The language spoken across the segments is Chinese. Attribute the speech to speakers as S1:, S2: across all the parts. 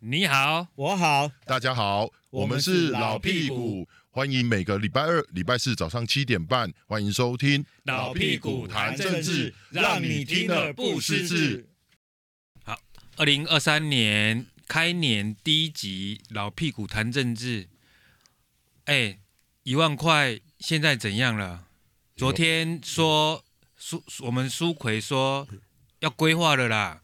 S1: 你好，
S2: 我好，
S3: 大家好，
S2: 我
S3: 我
S2: 们
S3: 们
S2: 是
S3: 是
S2: 老
S3: 老
S2: 屁
S3: 屁
S2: 股
S3: 股，欢迎每个礼拜二、礼拜四早上七点半，欢迎收听
S1: 老屁股谈政治，
S3: 让你听了不失智。
S1: 二零二三年开年第一集老屁股谈政治。哎，一万块现在怎样了？昨天说苏我们苏奎说要规划了啦，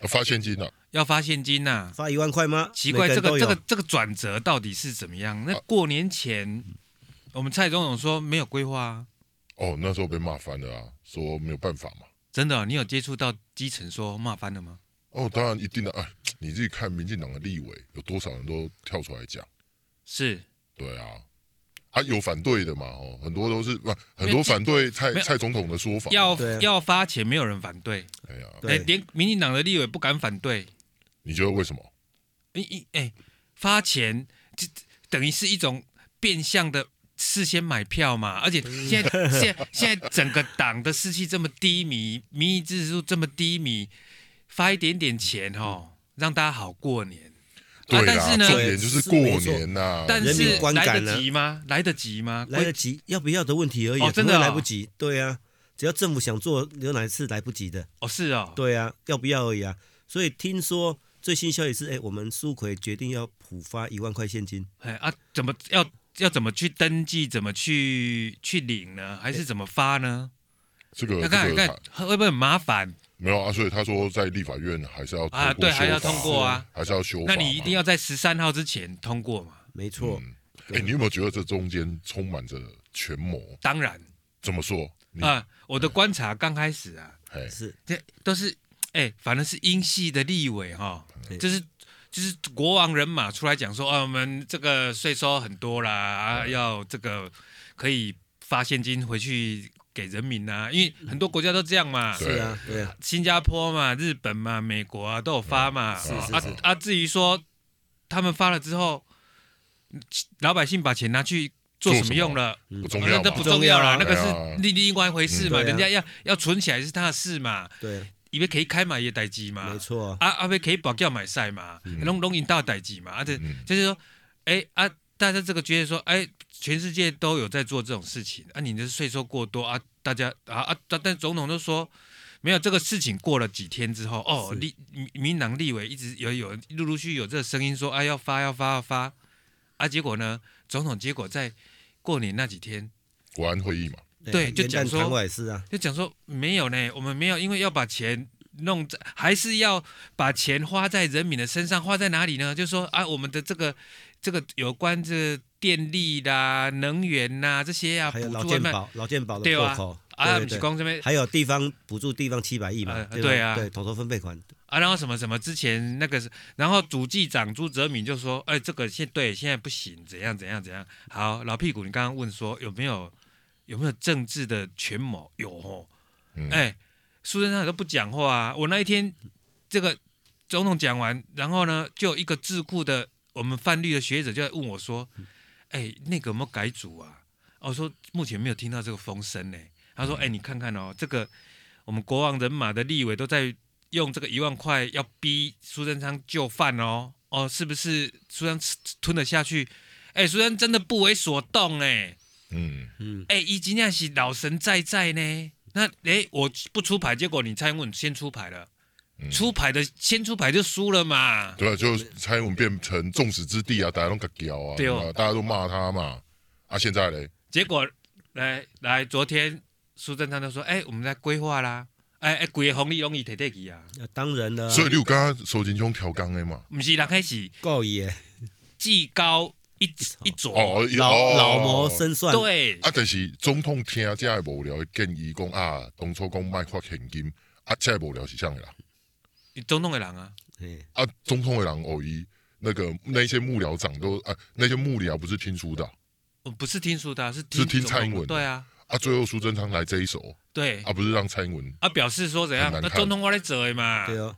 S3: 呃发现金了、
S1: 要发现金呐、
S2: 发一万块吗？
S1: 奇怪，这
S2: 每人都
S1: 个
S2: 有
S1: 这个这个转折到底是怎么样？那过年前，我们蔡总统说没有规划啊，
S3: 哦，那时候被骂翻了啊，说没有办法嘛。
S1: 真的哦、你有接触到基层说骂翻了吗？
S3: 哦，当然一定的，哎，你自己看民进党的立委有多少人都跳出来讲，
S1: 是，
S3: 对啊，啊有反对的嘛，哦，很多都是不、
S1: 因
S3: 很
S1: 为
S3: 多反对蔡
S1: 没有
S3: 蔡总统的说法，
S1: 要
S2: 对啊
S1: 要发钱，没有人反对，
S3: 哎呀，
S1: 哎，
S2: 对
S1: 连民进党的立委不敢反对，
S3: 你觉得为什么？
S1: 哎哎哎，发钱这这等于是一种变相的事先买票嘛，而且现在现在现在整个党的士气这么低迷，民意指数这么低迷，发一点点钱哦，让大家好过年。啊
S3: 对
S1: 但
S3: 啦，
S1: 是呢
S3: 重点就是过
S2: 是没
S3: 年呐、
S1: 但
S2: 人民
S1: 是
S2: 观
S1: 来
S2: 感呢
S1: 得及吗？来得及吗？
S2: 来得及，要不要的问题而已啊，
S1: 哦真
S2: 怎么
S1: 的
S2: 会
S1: 啊
S2: 来不及。对啊，只要政府想做，有哪一次来不及的？
S1: 哦，是哦，
S2: 对啊，要不要而已啊。所以听说最新消息是，哎，我们苏奎决定要普发一万块现金。
S1: 哎啊，怎么要要怎么去登记？怎么去去领呢？还
S2: 哎
S1: 是怎么发呢？
S3: 这个
S1: 要
S3: 这
S1: 看
S3: 个
S1: 看
S3: 他
S1: 会不会很麻烦？
S3: 没有啊，所以他说在立法院还是要通过
S1: 啊对
S3: 修
S1: 还要
S3: 法
S1: 通过啊，
S3: 还是要修法嘛。
S1: 那你一定要在十三号之前通过嘛？
S2: 没错，
S1: 嗯
S3: 哎、你有没有觉得这中间充满着权谋？
S1: 当然
S3: 怎么说？
S2: 嗯
S3: 你
S1: 啊、我的观察刚开始啊，
S3: 哎、
S2: 是
S1: 这都是哎，反正是英系的立委哈、
S2: 对
S1: 就是就是国王人马出来讲说，啊，我们这个税收很多啦，
S2: 嗯
S1: 啊，要这个可以发现金回去给人民啊，因为很多国家都这样嘛。
S2: 是啊，对啊，
S1: 新加坡嘛、日本嘛、美国啊都有发嘛。
S2: 嗯是是
S1: 啊
S2: 是
S1: 啊，至于说他们发了之后，老百姓把钱拿去做什么用了，
S3: 不重
S1: 那
S3: 要
S1: 那
S3: 嘛
S1: 不？重要啦，
S2: 不
S1: 那
S3: 重
S1: 个
S3: 要啊
S1: 是另另外一回事嘛。
S2: 嗯对啊
S1: 人家要要存起来是他的事嘛，
S2: 对啊，
S1: 因为可以开嘛也代志嘛
S2: 没。错啊，
S1: 啊啊，被可以保掉买赛嘛，弄弄引到代志嘛。啊，这
S3: 嗯，
S1: 就是说，哎啊，大家这个觉得说，哎，全世界都有在做这种事情啊，你的税收过多啊，大家啊啊，但但总统都说。没有这个事情过了几天之后，哦，
S2: 是
S1: 立民民党立委一直有有陆陆续续有这个声音说，啊要发要发要发，啊结果呢，总统结果在过年那几天
S3: 国安会议嘛，
S1: 对就
S2: 啊元
S1: 讲
S2: 旦
S1: 说
S2: 谈话也是啊，
S1: 就讲说没有呢，我们没有，因为要把钱弄在，还是要把钱花在人民的身上，花在哪里呢？就说啊，我们的这个这个有关这电力啦、能源啦这些啊，
S2: 还有
S1: 补
S2: 劳
S1: 助
S2: 健
S1: 嘛
S2: 保，劳健保的
S1: 对
S2: 破
S1: 啊
S2: 口，
S1: 啊，
S2: 对
S1: 不
S2: 对
S1: 是
S2: 对，
S1: 光这边
S2: 还有地方补助地方七百亿嘛
S1: 呃，
S2: 吧
S1: 对啊
S2: 对，统筹分配款，
S1: 啊，然后什么什么之前那个是，然后主计长朱泽敏就说，哎，这个现对现在不行，怎样怎样怎样。好，老屁股，你刚刚问说有没有有没有政治的权谋？有哦，
S3: 嗯
S1: 哎，苏贞昌都不讲话啊。我那一天这个总统讲完，然后呢，就有一个智库的我们泛绿的学者就在问我说，哎，那个有没有改组啊？哦我说目前没有听到这个风声呢。他说，哎，你看看哦，这个我们国王人马的立委都在用这个一万块要逼苏贞昌就范哦，哦，是不是苏贞昌吞得下去？哎，苏贞昌真的不为所动哎，
S3: 嗯，
S2: 嗯，
S1: 哎，伊今天是老神在在呢。那哎，我不出牌，结果你蔡英文先出牌了，
S3: 嗯
S1: 出牌的先出牌就输了嘛。
S3: 对啊，就蔡英文变成众矢之的啊，大家都屌啊，
S1: 对哦
S3: 吧大家都骂他嘛。啊，现在嘞，
S1: 结果来来，昨天苏贞昌就说，哎，我们在规划啦，哎哎，规个红利容易提提去啊，
S2: 那当然了啊，
S3: 所以你有刚刚手金兄调岗的嘛？
S1: 不是人开始
S2: 够耶，
S1: 技高一一左，
S3: 哦，
S2: 老
S3: 哦
S2: 老谋深算，
S1: 对，
S3: 啊，但是总统听这些无聊的建议讲啊，当初讲卖发现金，啊，这些无聊是啥的啦？
S1: 总统的人啊。
S2: 哎，
S3: 啊，总统的人偶一那个那些幕僚长都啊，那些幕僚不是听书的啊
S1: 我不是听苏的啊、是
S3: 是听
S1: 总
S3: 蔡
S1: 统
S3: 英文的
S1: 对啊，
S3: 啊，最后苏贞昌来这一手
S1: 对
S3: 啊，不是让蔡英文
S1: 啊，表示说怎样
S3: 很？难
S1: 那
S3: 看
S1: 总统我来做的嘛。
S2: 对哦，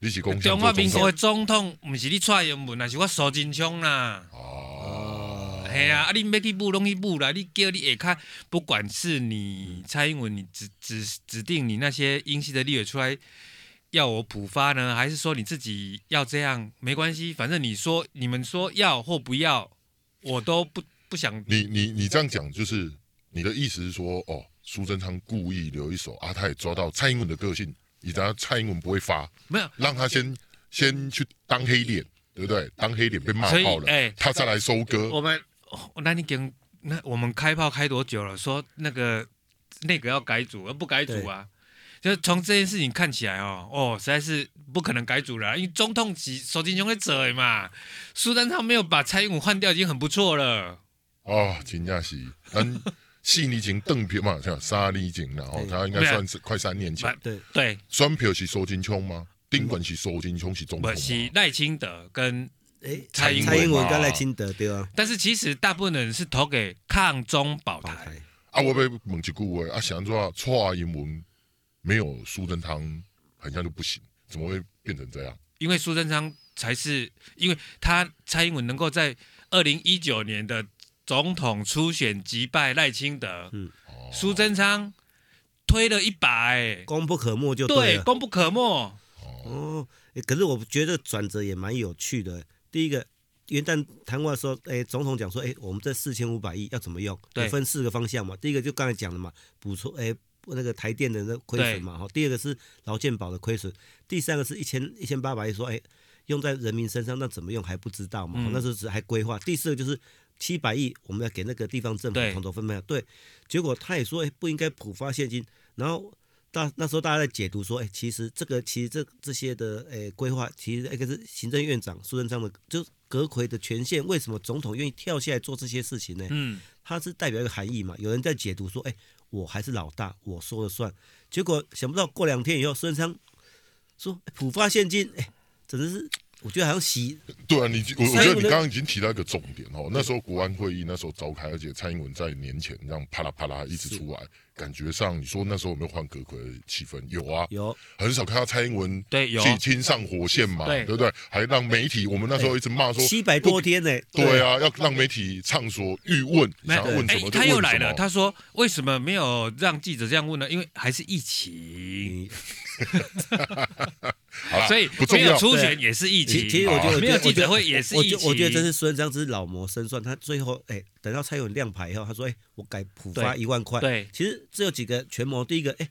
S3: 一起共享
S1: 中华
S3: 做
S1: 民
S3: 总
S1: 国
S3: 统
S1: 的总统，不是你蔡英文，那啊是我苏贞昌啦。
S3: 哦，
S1: 系啊，啊你要去舞拢去舞啦，你叫你下骹，不管是你蔡英文，你指指指定你那些英系的立委出来要我普发呢，还是说你自己要这样？没关系，反正你说你们说要或不要，我都不不想。
S3: 你你你这样讲，就是你的意思是说，哦，苏贞昌故意留一手，啊，他也抓到蔡英文的个性，以及蔡英文不会发，
S1: 没有，
S3: 让他先先去当黑脸，对不对？当黑脸被骂
S1: 所以
S3: 爆了，
S1: 哎
S3: 他再来收割。
S1: 我们哦那你跟那我们开炮开多久了？说那个那个要改组，而不改组啊？就从这件事情看起来哦，哦，实在是不可能改组了啊，因为中痛级手金兄会折嘛。苏丹昌没有把蔡英文换掉已经很不错了。
S3: 哦，真正是，咱 四年前邓票嘛，像三年前啦，然
S1: 哎
S3: 后
S2: 对
S3: 他应该
S1: 啊
S3: 算是快三年前
S1: 不，
S2: 对，
S1: 对，
S3: 选票是收金枪吗？顶管是收金枪是总统
S1: 我嗯
S3: 吗？
S1: 是赖清德跟，
S2: 哎，
S1: 蔡英文
S2: 蔡英文
S1: 嘛
S2: 跟赖清德对啊，
S1: 但是其实大部分人是投给抗中保
S2: 保
S1: 台。
S2: 台
S3: 啊，我被问一句话，啊，想说蔡英文没有苏贞昌，好像就不行，怎么会变成这样？
S1: 因为苏贞昌才是，因为他蔡英文能够在二零一九年的总统初选击败赖清德，
S3: 哦，
S1: 苏贞昌推了一把、哎，
S2: 功不可没就
S1: 对，
S2: 了。
S1: 功不可没。
S3: 哦
S2: 哦，诶可是我觉得转折也蛮有趣的。第一个，元旦谈话的时候，哎，总统讲说，哎，我们这四千五百亿要怎么用？
S1: 对
S2: 有分四个方向嘛。第一个就刚才讲的嘛，补充，哎，那个台电的那亏损嘛，哈。第二个是劳健保的亏损，第三个是一千一千八百亿，说，哎，用在人民身上，那怎么用还不知道嘛。
S1: 嗯
S2: 那时候只还规划。第四个就是。七百亿，我们要给那个地方政府
S1: 对
S2: 统筹分配啊。对，结果他也说，哎，不应该普发现金。然后大那时候大家在解读说，哎、其实这个其实这这些的哎规划，其实一个是行政院长苏贞昌的，就是阁魁的权限，为什么总统愿意跳下来做这些事情呢？
S1: 嗯，
S2: 它是代表一个含义嘛？有人在解读说，哎、我还是老大，我说了算。结果想不到过两天以后，苏贞昌说、哎普发现金，哎、真的是我觉得好像洗
S3: 对啊，你我我
S2: 蔡英
S3: 觉得
S2: 文
S3: 你
S2: 的
S3: 刚刚已经提到一个重点哦，那时候国安会议那时候召开，而且蔡英文在年前这样啪啦啪啦一直出来，感觉上你说那时候有没有换阁魁的气氛？有啊，
S2: 有
S3: 很少看到蔡英文
S1: 对有啊
S3: 自己亲上火线嘛，
S1: 对
S3: 对不对？还让媒体，我们那时候一直骂说，
S2: 七百多天呢、
S3: 对啊，要让媒体畅所欲问，
S1: 没有
S3: 想要问什么就
S1: 哎他
S3: 问
S1: 又
S3: 什
S1: 来了，
S3: 么。
S1: 他说为什么没有让记者这样问呢？因为还是疫情，
S2: 你
S3: 好
S2: 啊
S3: 啦
S1: 所以
S3: 不重
S1: 没有
S3: 要，
S1: 出选也是疫情。哦
S2: 其其实我觉得
S1: 没有
S2: 我觉得
S1: 记者会也是
S2: 我
S1: 疫
S2: 觉
S1: 情。
S2: 我觉得这是孙章之老谋深算，他最后哎、等到蔡英文亮牌以后，他说哎、我改普发
S1: 对
S2: 一万块。
S1: 对
S2: 其实这有几个权谋，第一个哎、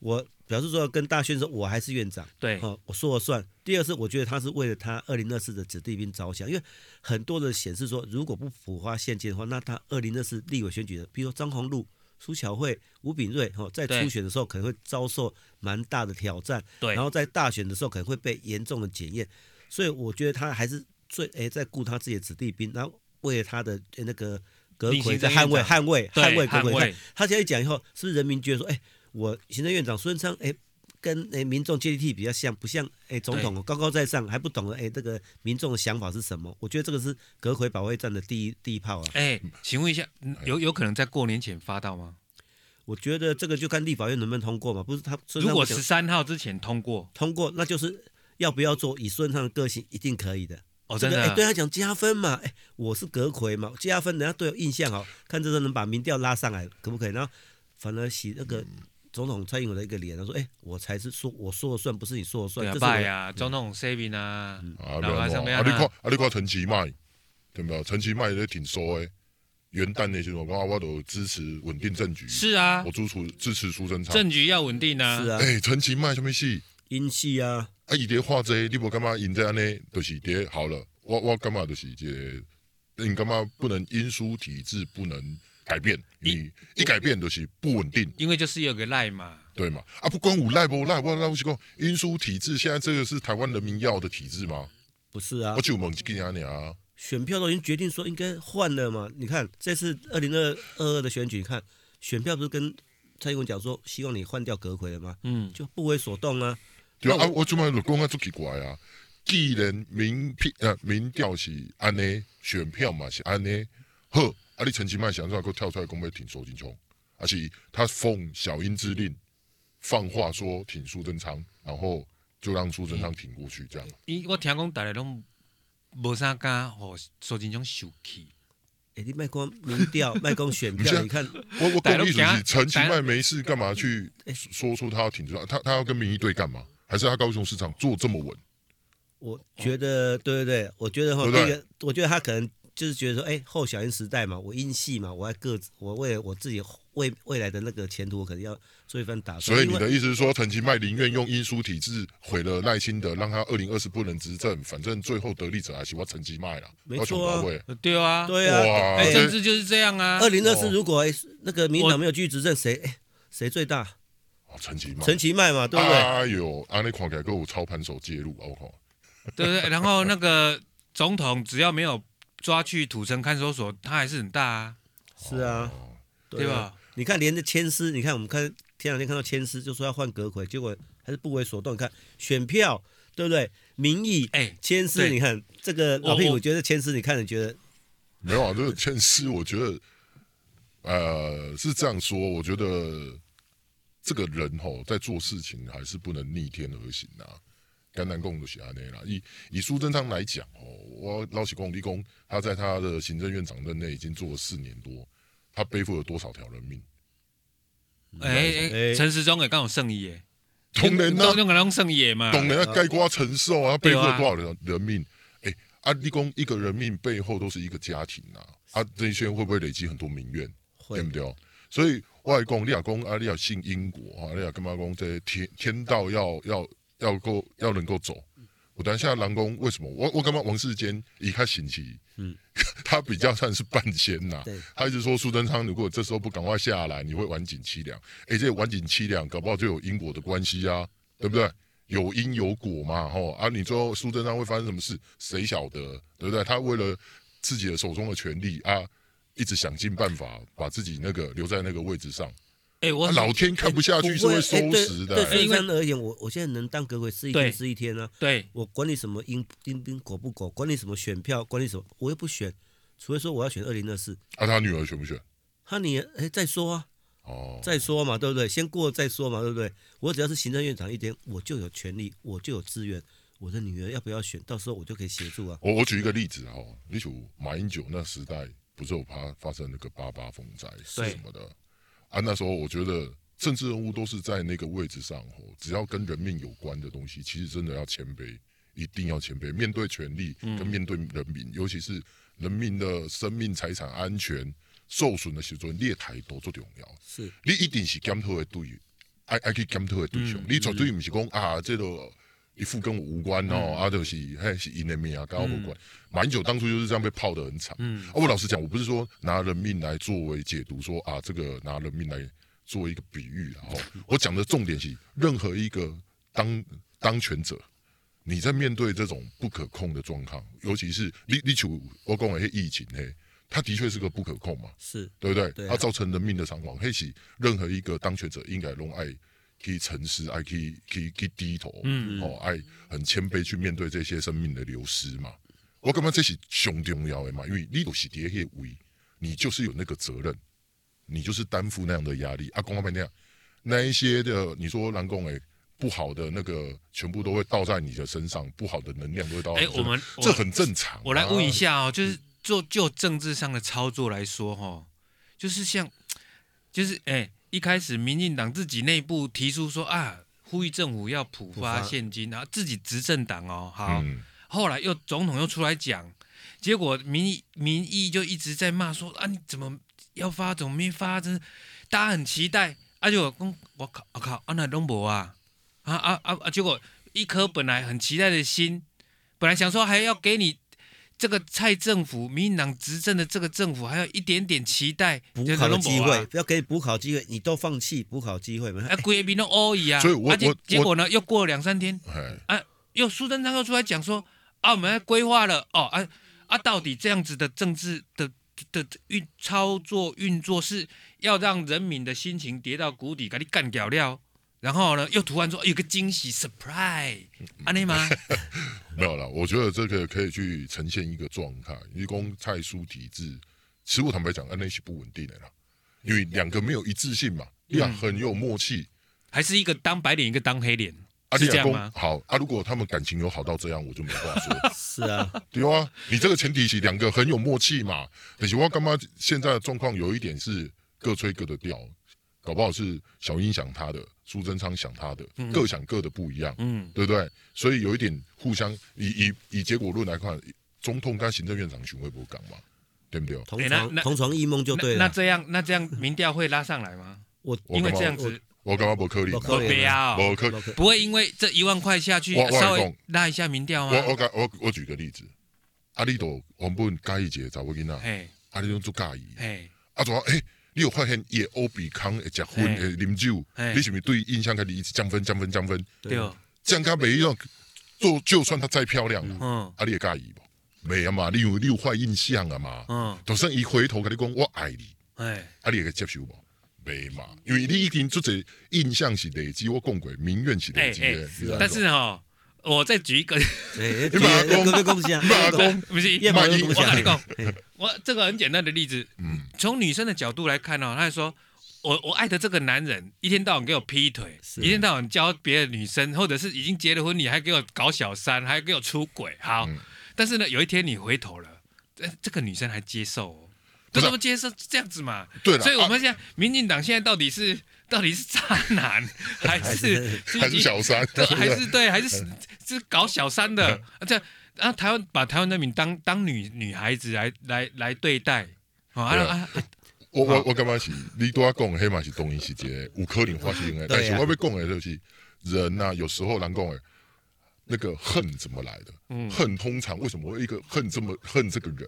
S2: 我表示说跟大轩说我还是院长，
S1: 对
S2: 哦，我说了算。第二是我觉得他是为了他二零二四的子弟兵着想，因为很多的显示说，如果不普发现金的话，那他二零二四立委选举的，比如说张宏禄。苏巧慧、吴炳瑞，哦，在
S1: 对
S2: 初选的时候可能会遭受蛮大的挑战，
S1: 对
S2: 然后在大选的时候可能会被严重的检验，所以我觉得他还是最诶在顾他自己的子弟兵，然后为了他的呃那个阁
S1: 立
S2: 魁
S1: 行
S2: 在
S1: 政
S2: 捍卫
S1: 院
S2: 捍
S1: 长
S2: 卫
S1: 对
S2: 捍卫阁
S1: 捍
S2: 魁。
S1: 卫
S2: 他他现在讲以后，是不是人民觉得说，哎，我行政院长苏贞昌，哎，跟哎民众阶梯比较像，不像哎总统高高在上，还不懂得哎这个民众的想法是什么？我觉得这个是阁魁保卫战的第一第一炮啊。
S1: 哎，请问一下，嗯有有可能在过年前发到吗？
S2: 我觉得这个就看立法院能不能通过嘛，不是他孙
S1: 如
S2: 昌
S1: 果
S2: 不想
S1: 十三号之前通过，
S2: 通过，那就是要不要做，以孙昌的个性一定可以的。
S1: 哦，
S2: 这
S1: 真
S2: 个
S1: 的
S2: 哎
S1: 啊，
S2: 对他讲加分嘛，哎，我是阁魁嘛，加分人家对我印象好，看这时候能把民调拉上来，可不可以？然后反而洗那
S1: 嗯
S2: 个总统蔡英文的一个脸，他说：“哎，我才是说我说了算，不是你说了算。
S1: 对啊
S2: 这，是我嗯
S1: 拜啊，总统 saving 啊，
S3: 啊，
S1: 然后
S3: 啊，
S1: 还上面
S3: 啊，你
S1: 啊
S3: 看啊，你看陈其迈，对不对？陈其迈也挺熟诶。元旦那些我讲啊我都支持稳定政局，
S1: 是啊
S3: 我，支持支持苏贞昌。
S1: 政局要稳定啊，
S2: 是啊，
S3: 哎，陈其迈什么戏？
S2: 英系啊，
S3: 啊，伊伫画这个，你无感觉因这安尼，就是伫好了。我我感觉就是这个，因感觉不能因输体制不能改变，你一改变就是不稳定，
S1: 因为就是有个赖嘛，
S3: 对嘛？啊，不光无赖不赖，我赖我是讲因输体制，现在这个是台湾人民要的体制吗？
S2: 不是啊
S3: 我，就问一句安尼啊，
S2: 选票都已经决定说应该换了嘛。你看这次二零二二的选举，你看选票不是跟蔡英文讲说希望你换掉阁魁了吗？
S1: 嗯，
S2: 就不为所动啊。
S3: 对啊
S2: 那
S3: 啊，我怎么就讲啊，足奇怪啊！既然民票呃民调是安尼，选票嘛是安尼，好，啊你陈其迈想出来，佫跳出来讲要挺苏金冲，而且他奉小英之令，放话说挺苏贞昌，然后就让苏贞昌挺过去，这样。
S1: 伊我听讲大家拢无啥敢互苏金忠受气，
S2: 哎，你卖光民 调，卖光选
S3: 你现
S2: 票，
S3: 在
S2: 你看
S3: 我我
S1: 大家
S3: 懂
S1: 都
S3: 意思
S1: 怕
S3: 是，陈其
S1: 大家
S2: 哎
S3: 迈没事干嘛去说出他要挺苏？他他要跟民意对干嘛？还还是他高雄市场做这么
S2: 啊
S3: 稳？
S2: 我觉得对对对，我觉得哈，
S3: 对
S2: 那
S3: 哦不对
S2: 个我觉得他可能就是觉得说，哎，后小英时代嘛，我英系嘛，我还各自，我为了我自己未未来的那个前途，我可能要做一番打算。
S3: 所以你
S2: 因
S3: 的
S2: 为
S3: 意思是说，陈其迈宁愿用英苏体制毁了赖清德，让他二零二四不能执政，反正最后得利者还是我陈其迈啦，
S2: 没
S3: 高雄
S2: 错啊
S3: 国会。
S1: 呃对啊，
S2: 对
S3: 哇
S2: 啊，
S1: 哎，
S3: 这
S1: 政治就是这样啊
S2: 二。零二四
S3: 哦
S2: 如果哎那个民进
S1: 我
S2: 党没有继续执政，谁哎谁最大？
S3: 哦陈其迈，
S2: 陈其迈嘛，对不对？
S3: 哎呦，啊那看起来跟我操盘手介入，啊我靠！
S1: 对不对？然后那个总统只要没有抓去土城看守所，他还是很大啊，
S2: 是啊，
S3: 哦
S1: 对
S2: 啊？
S1: 吧？
S2: 你看，连着千丝，你看我们看前两天看到千丝就说要换阁魁，结果还是不为所动。你看选票对不对？民意，
S1: 哎
S2: 千丝，
S1: 对
S2: 你看这个
S1: 我
S2: 老屁
S1: 我
S2: 股觉得千丝，你看你觉得
S3: 没有啊，这个欠尸，我觉得，呃，是这样说，我觉得这个人吼在做事情还是不能逆天而行啊。甘南共的是安内啦，以以苏贞昌来讲哦，我老起公立公，他在他的行政院长任内已经做了四年多，他背负了多少条人命？
S1: 哎哎哎，
S2: 哎
S1: 陈时中也刚好胜耶，
S3: 同人啊
S1: 用，用个用胜野嘛，
S3: 懂人啊，该瓜承受啊，他背负
S1: 对
S3: 了
S1: 啊
S3: 多少人人命？哎、啊，立功一个人命背后都是一个家庭啊，啊，这些人会不会累积很多民怨？
S2: 会
S3: 对不对？所以外公、你也讲啊，你也信因果啊，你也干嘛讲这天天道要要要够要能够走。我等一下狼公为什么？我我干嘛王世坚一看醒起，嗯， 他比较算是半仙呐、
S2: 对
S3: 他一直说苏贞昌如果这时候不赶快下来，你会晚景凄凉。哎，这晚景凄凉，搞不好就有因果的关系啊，对不对？有因有果嘛，吼啊！你最后苏贞昌会发生什么事，谁晓得，对不对？他为了自己的手中的权利啊，一直想尽办法把自己那个留在那个位置上。
S1: 哎，我
S3: 啊老天看不下去是
S2: 不
S3: 会
S2: 哎
S3: 收拾的、
S2: 对
S3: 欸
S1: 哎
S2: 对，
S1: 因
S2: 苏
S1: 为
S2: 珊而言，我我现在能当阁魁是一
S1: 对
S2: 天是一天啊，
S1: 对
S2: 我管你什么因因因果不果，管你什么选票，管你什么，我又不选，除非说我要选二零二四。
S3: 啊，他女儿选不选？
S2: 他你哎再说啊，
S3: 哦，
S2: 再说嘛，对不对？先过再说嘛，对不对？我只要是行政院长一天，我就有权利，我就有资源。我的女儿要不要选，到时候我就可以协助啊。
S3: 我我举一个例子哈、哦，例如马英九那时代不是有发发生那个八八风灾是
S1: 对
S3: 什么的啊？那时候我觉得政治人物都是在那个位置上哦，只要跟人命有关的东西，其实真的要谦卑，一定要谦卑，面对权力跟面对人民，尤其是人民的生命财产安全受损的时候，列台都最重要。
S2: 是
S3: 你一定是检讨的对，爱爱去检讨的对象。你绝对毋是讲啊，这个一副跟我无关哦，啊，就是嘿是因的命啊，跟我无关。马英九当初就是这样被泡得很惨。啊，我老实讲，我不是说拿人命来作为解读，说啊，这个拿人命来作为一个比喻啦，然后我讲的重点是，任何一个当当权者。你在面对这种不可控的状况，尤其是你你处我讲的那疫情嘿，它的确是个不可控嘛，
S2: 是，
S3: 对不对？
S2: 对啊
S3: 它造成人命的伤亡，迄是任何一个当权者应该拢爱去沉思，爱去去去低头，嗯，哦，爱很谦卑去面对这些生命的流失嘛。我感觉这是上重要的嘛，因为你就是伫迄个位，你就是有那个责任，你就是担负那样的压力。啊，公安那样，那一些的你说蓝共诶不好的那个，全部都会倒在你的身上，不好的能量都会倒在你身
S1: 哎
S3: 上。
S1: 我们
S3: 哦这
S1: 我
S3: 很正常啊、
S1: 我来问一下哦，就是做就政治上的操作来说哦，就是像就是哎，一开始民进党自己内部提出说啊，呼吁政府要普发
S2: 普发
S1: 现金，然后自己执政党哦，好。
S3: 嗯，
S1: 后来又总统又出来讲，结果民意民意就一直在骂说啊，你怎么要发，怎么没发？真是大家很期待，啊就讲我靠我靠，啊那东博啊啊啊啊啊！结果一颗本来很期待的心，本来想说还要给你。这个蔡政府、民进党执政的这个政府，还有一点点期待，
S2: 补
S1: 就
S2: 考
S1: 是都
S2: 的
S1: 没
S2: 机
S1: 有
S2: 会
S1: 啊，，
S2: 不要给你补考机会，你都放弃补考机 会嘛？
S1: 啊，规个民都欧伊啊，
S3: 所以我
S1: 啊结
S3: 我
S1: 结果呢，又过了两三天，
S3: 哎，
S1: 啊又苏贞昌又出来讲说啊，我们要规划了哦啊啊，到底这样子的政治的的的运操作运作是要让人民的心情跌到谷底，给你干掉了。然后呢，又突然说哎有个惊喜 surprise，安
S3: 嗯
S1: 内 吗？
S3: 没有啦，我觉得这个可以去呈现一个状态。愚公蔡苏体制，其实我坦白讲，那是不稳定的啦，
S1: 嗯
S3: 因为两个没有一致性嘛，你俩很有默契。
S1: 还是一个当白脸，一个当黑脸，
S3: 啊，
S1: 嗯是
S3: 你
S1: 这
S3: 俩
S1: 样
S3: 公
S1: 吗？
S3: 好啊，如果他们感情有好到这样，我就没话 说。
S2: 是啊，
S3: 对啊，你这个前提是两个很有默契嘛。可是我干嘛现在的状况有一点是各吹各的调，搞不好是小英想他的，苏贞昌想他的，
S1: 嗯
S3: 各想各的不一样，
S1: 嗯，
S3: 对不对？所以有一点互相以以以结果论来看，总统跟行政院长巡回不港嘛，对不对？
S2: 同
S1: 哎那
S2: 床
S1: 那
S2: 同床异
S3: 哦
S2: 梦就对
S1: 那那
S2: 了。
S1: 这样那这样民调会拉上来吗？
S2: 我
S3: 我
S1: 因为
S3: 干嘛
S1: 这样子
S3: 我干嘛不克林、
S2: 不
S3: 啊
S2: 可？能
S1: 不要哦
S3: 不克
S2: 不可
S1: 不会因为这一万块下去
S3: 我我
S1: 稍
S3: 来讲
S1: 微拉一下民调
S3: 我我
S1: 吗？
S3: 甲我我举个例子，啊，你都原本介意一个查某囡仔，
S1: 嘿，
S3: 啊，你拢做介意，
S1: 嘿，
S3: 啊，怎啊？诶、你有发现伊会乌比康会食薰
S1: 嘿
S3: 会啉酒，
S1: 嘿
S3: 你是毋是对伊印象开始一直降分降分降分？
S1: 对，哦
S3: 降到每一种，做就算她再漂亮啦，
S1: 嗯
S3: 啊，你会介意无？袂啊嘛，你有你有坏印象啊嘛，
S1: 嗯，
S3: 就算伊回头甲你讲我爱你，
S1: 哎，
S3: 啊，你会接受无？袂嘛，因为你已经做者印象是累积，我讲过民怨是累积的，
S1: 哎哎
S3: 你知道吗
S1: 但是哈，我再举一个，
S2: 哎，
S3: 你把它
S2: 恭
S3: 攻
S2: 喜恭喜啊！
S3: 把它攻
S1: 不是
S2: 叶马公
S1: 我跟你
S2: 下哎
S1: 讲，我这个很简单的例子，
S3: 嗯，
S1: 从女生的角度来看哦，她说我我爱的这个男人一天到晚给我劈腿，
S2: 是
S1: 一天到晚教别的女生，或者是已经结了婚你还给我搞小三，还给我出轨，好，
S3: 嗯
S1: 但是呢，有一天你回头了，这这个女生还接受哦，
S3: 不
S1: 就是这么接受这样子嘛？
S3: 对了，
S1: 所以我
S3: 啊
S1: 们现在、民进党现在到底是到底是渣男还是
S3: 还是小三，
S1: 对，
S3: 不
S1: 还是对，还是是是搞小三
S3: 嗯
S1: 的，啊这样，然后台湾把台湾人民当当女女孩子来来来对待，哦啊
S3: 对
S1: 啊
S3: 啊
S1: 啊，
S3: 我
S1: 好
S3: 我我感觉是，你对我讲的迄嘛是同一是一个有可能发生的，
S2: 对啊
S3: 但是我要讲的就是人呐、有时候人讲的，那个恨怎么来的？
S1: 嗯
S3: 恨通常为什么会一个恨这么恨这个人，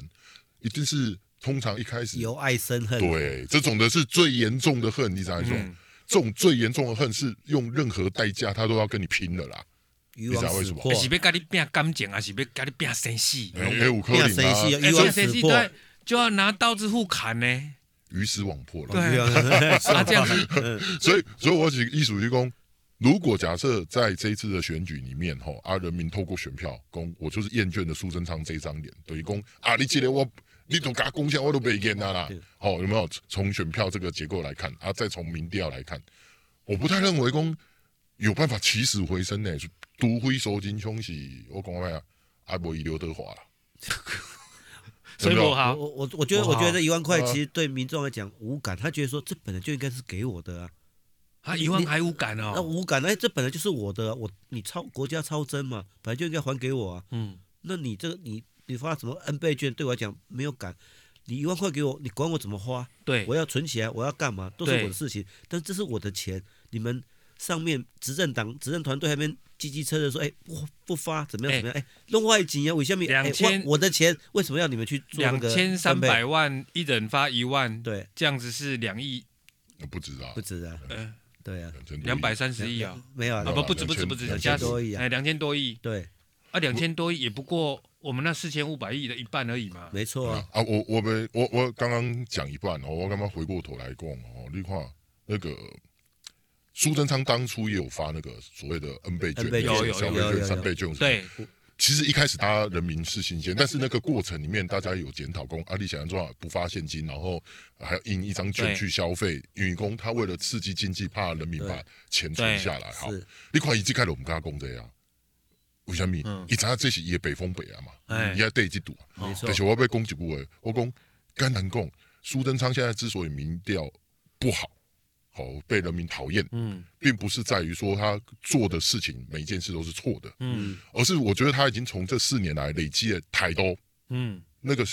S3: 一定是通常一开始
S2: 由爱生恨，
S3: 对这种的是最严重的恨，你知道吗？
S1: 嗯
S3: 这种最严重的恨是用任何代价他都要跟你拼了啦，
S2: 鱼王
S3: 你
S2: 死
S3: 知道为什么
S2: 破，
S1: 啊是要跟你变感情，还是要跟你变生死？
S3: 哎、欸，有可能
S2: 变谁
S3: 啊
S2: 系，鱼
S1: 哎，
S2: 王
S1: 变生
S2: 死
S1: 死
S2: 破，
S1: 对，就要拿刀子互砍呢，
S3: 鱼死网破了。
S1: 对
S2: 鱼王嗯
S1: 啊这样子，
S3: 所以，所以我只艺术去公，如果假设在这一次的选举里面，吼啊，人民透过选票，公我就是厌倦了苏贞昌这张脸，等于公啊，你记得我，你总他贡献我都被淹啊啦啦
S2: 对，
S3: 好、有没有？从选票这个结构来看啊，再从民调来看，我不太认为公有办法起死回生呢、独灰手金冲洗，我讲话啊，阿伯以刘德华啦，
S1: 所以
S3: 有没有
S1: 不好
S2: 我，我我觉得，
S1: 哇
S2: 我觉得这一万块其实对民众来讲无感，他觉得说这本来就应该是给我的啊，
S1: 啊，一万还无感
S2: 那
S1: 哦，
S2: 无感，哎，这本来就是我的啊，我你超国家超征嘛，本来就应该还给我啊，
S1: 嗯，
S2: 那你这个你你发什么 N 倍券对我来讲没有感，你一万块给我，你管我怎么花，
S1: 对
S2: 我，要存起来，我要干嘛都是
S1: 哎对
S2: 我的事情，但这是我的钱，你们上面执政党执政团队那边叽叽车的说，哎，不不发怎么样
S1: 哎
S2: 怎么样，哎，弄外景啊，为什么？哎
S1: 2000
S2: 我我的钱为什么要你们去做那
S1: 两
S2: 个
S1: 千三
S2: N 倍
S1: 百万一人发一万，
S2: 对，
S1: 这样子是两亿，
S3: 不知道
S2: 不，止啊，
S1: 呃，
S2: 对啊，
S1: 两百三十亿啊，
S2: 没有啊
S1: 啊，不不止不止不止，
S3: 2000
S1: 加
S2: 多亿啊
S1: 哎，两千多亿，
S2: 对，
S1: 啊，两千多亿也不过我们那四千五百亿的一半而已嘛。
S2: 没错啊，
S3: 啊，我我们我我刚刚讲一半哦，我刚刚回过头来讲哦，你看那个苏贞昌当初也有发那个所谓的 N 倍券、
S2: N 倍
S1: 券有有
S3: 消费
S2: 有有
S3: 券、
S2: 有
S3: 三倍券，，
S1: 对，
S3: 其实一开始大家人民是新鲜，但是那个过程里面大家有检讨公阿里想要做不发现金，然后还要印一张券
S1: 对
S3: 去消费，因为公他为了刺激经济，怕人民
S2: 对
S3: 把钱存下来，
S1: 嗯
S3: 好，
S2: 是
S3: 你看伊即开始我们跟他讲这样，为什么
S1: 嗯？
S3: 伊知影这是伊的北风北啊嘛，
S1: 哎
S3: 伊也对即赌啊。
S2: 没错
S3: 但，是我要被攻击不为，我讲甘南贡苏贞昌现在之所以民调不好，好、被人民讨厌，
S1: 嗯
S3: 并不是在于说他做的事情每一件事都是错的，
S1: 嗯
S3: 而是我觉得他已经从这四年来累积了台都
S1: 嗯
S3: 那个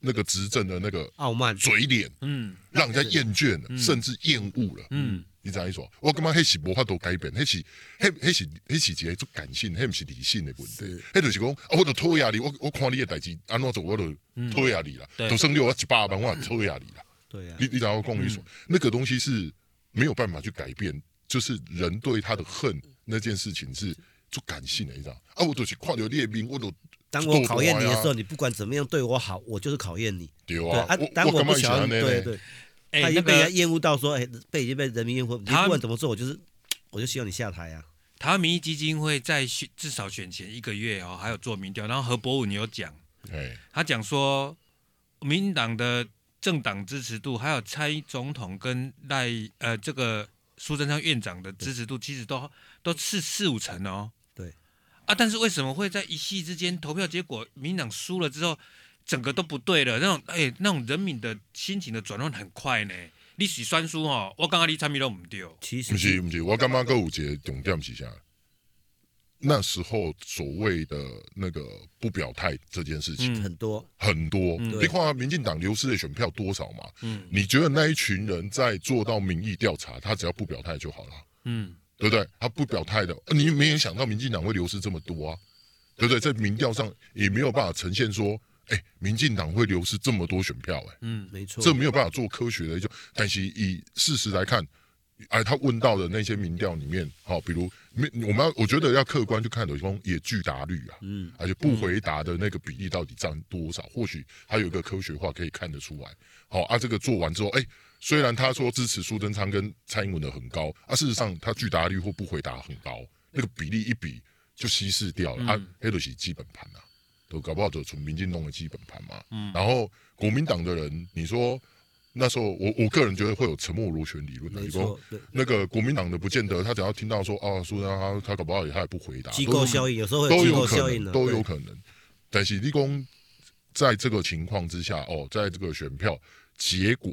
S3: 那个执政的那个
S2: 傲慢，
S3: 嘴脸，
S1: 嗯
S3: 让人家厌倦了，
S1: 嗯
S3: 甚至厌恶了。
S1: 嗯，
S3: 你知道意思吗？我感觉迄是无法度改变，迄是迄迄是迄是一个足感性，迄毋是理性的问题
S2: 是。
S3: 迄就是讲，啊，我就讨厌你，我我看你的代志安怎做，我就
S2: 嗯
S3: 讨厌你啦。
S1: 对
S3: 就算你有我一百万，我也讨厌你啦。
S2: 对啊
S3: 你，你知道我讲的意思吗？那个东西是没有办法去改变，就是人对他的恨那件事情是足感性的，你知道吗？啊，我就是看到列兵，我就
S2: 当
S1: 啊
S2: 我考验你的时
S3: 做
S2: 候，你不管怎么样对我好，我就是考验你，
S3: 对
S2: 对
S3: 啊，
S2: 啊，当
S3: 我
S2: 我
S3: 感
S2: 不
S3: 觉是
S2: 想要
S3: 安
S2: 你，
S3: 尼
S2: 对
S3: 呢。
S2: 对，
S1: 哎，
S2: 他
S1: 那
S2: 已经被人家
S1: 个
S2: 厌恶到说，哎，被已经被人民厌恶，你
S1: 他
S2: 不管怎么做，我就是我就希望你下台啊，
S1: 台湾民意基金会在选至少选前一个月哦，还有做民调，然后何伯文有讲，
S3: 哎，
S1: 他讲说，民进党的政党支持度，还有蔡总统跟赖呃这个苏贞昌院长的支持度，其实都都是四五成哦。
S2: 对。
S1: 啊，但是为什么会在一夕之间投票结果民进党输了之后，整个都不对了？那种哎、那种人民的心情的转换很快呢。你是选输吼，我感觉你参与都毋对。哦
S2: 其实
S3: 不是不是，我干妈歌舞节重点是啥？那时候所谓的那个不表态这件事情
S1: 嗯
S2: 很多，
S3: 很多，
S2: 对
S3: 你看民进党流失的选票多少嘛？
S1: 嗯
S3: 你觉得那一群人在做到民意调查，他只要不表态就好了，
S1: 嗯
S3: 对不对？他不表态的，呃你没有想到民进党会流失这么多啊，对不对？在民调上也没有办法呈现说，哎，民进党会流失这么多选票、哎。
S1: 嗯
S2: 没错，
S3: 这没有办法做科学的就，但是以事实来看，哎，他问到的那些民调里面，好、比如没我们要我觉得要客观去看刘峰也巨答率啊，
S2: 嗯，
S3: 而且不回答的那个比例到底占多少，或许他有一个科学化可以看得出来。好、啊，这个做完之后，哎，虽然他说支持苏贞昌跟蔡英文的很高，啊，事实上他巨答率或不回答很高，那个比例一比就稀释掉了，啊
S1: 嗯，
S3: 黑的是基本盘啊。都搞不好就纯民进弄的基本盘嘛。
S1: 嗯
S3: 然后国民党的人，你说那时候我我个人觉得会有沉默螺旋理论啊，
S2: 没
S3: 你说
S2: 错，对，
S3: 那个国民党的不见得，他只要听到说哦，苏丹他他搞不好也他也不回答，
S2: 机构
S3: 都
S2: 效应有时候会有
S3: 都
S2: 机
S3: 有
S2: 构
S3: 可
S2: 效应的，
S3: 能，都有
S2: 对
S3: 可能。但是立功在这个情况之下，哦，在这个选票结果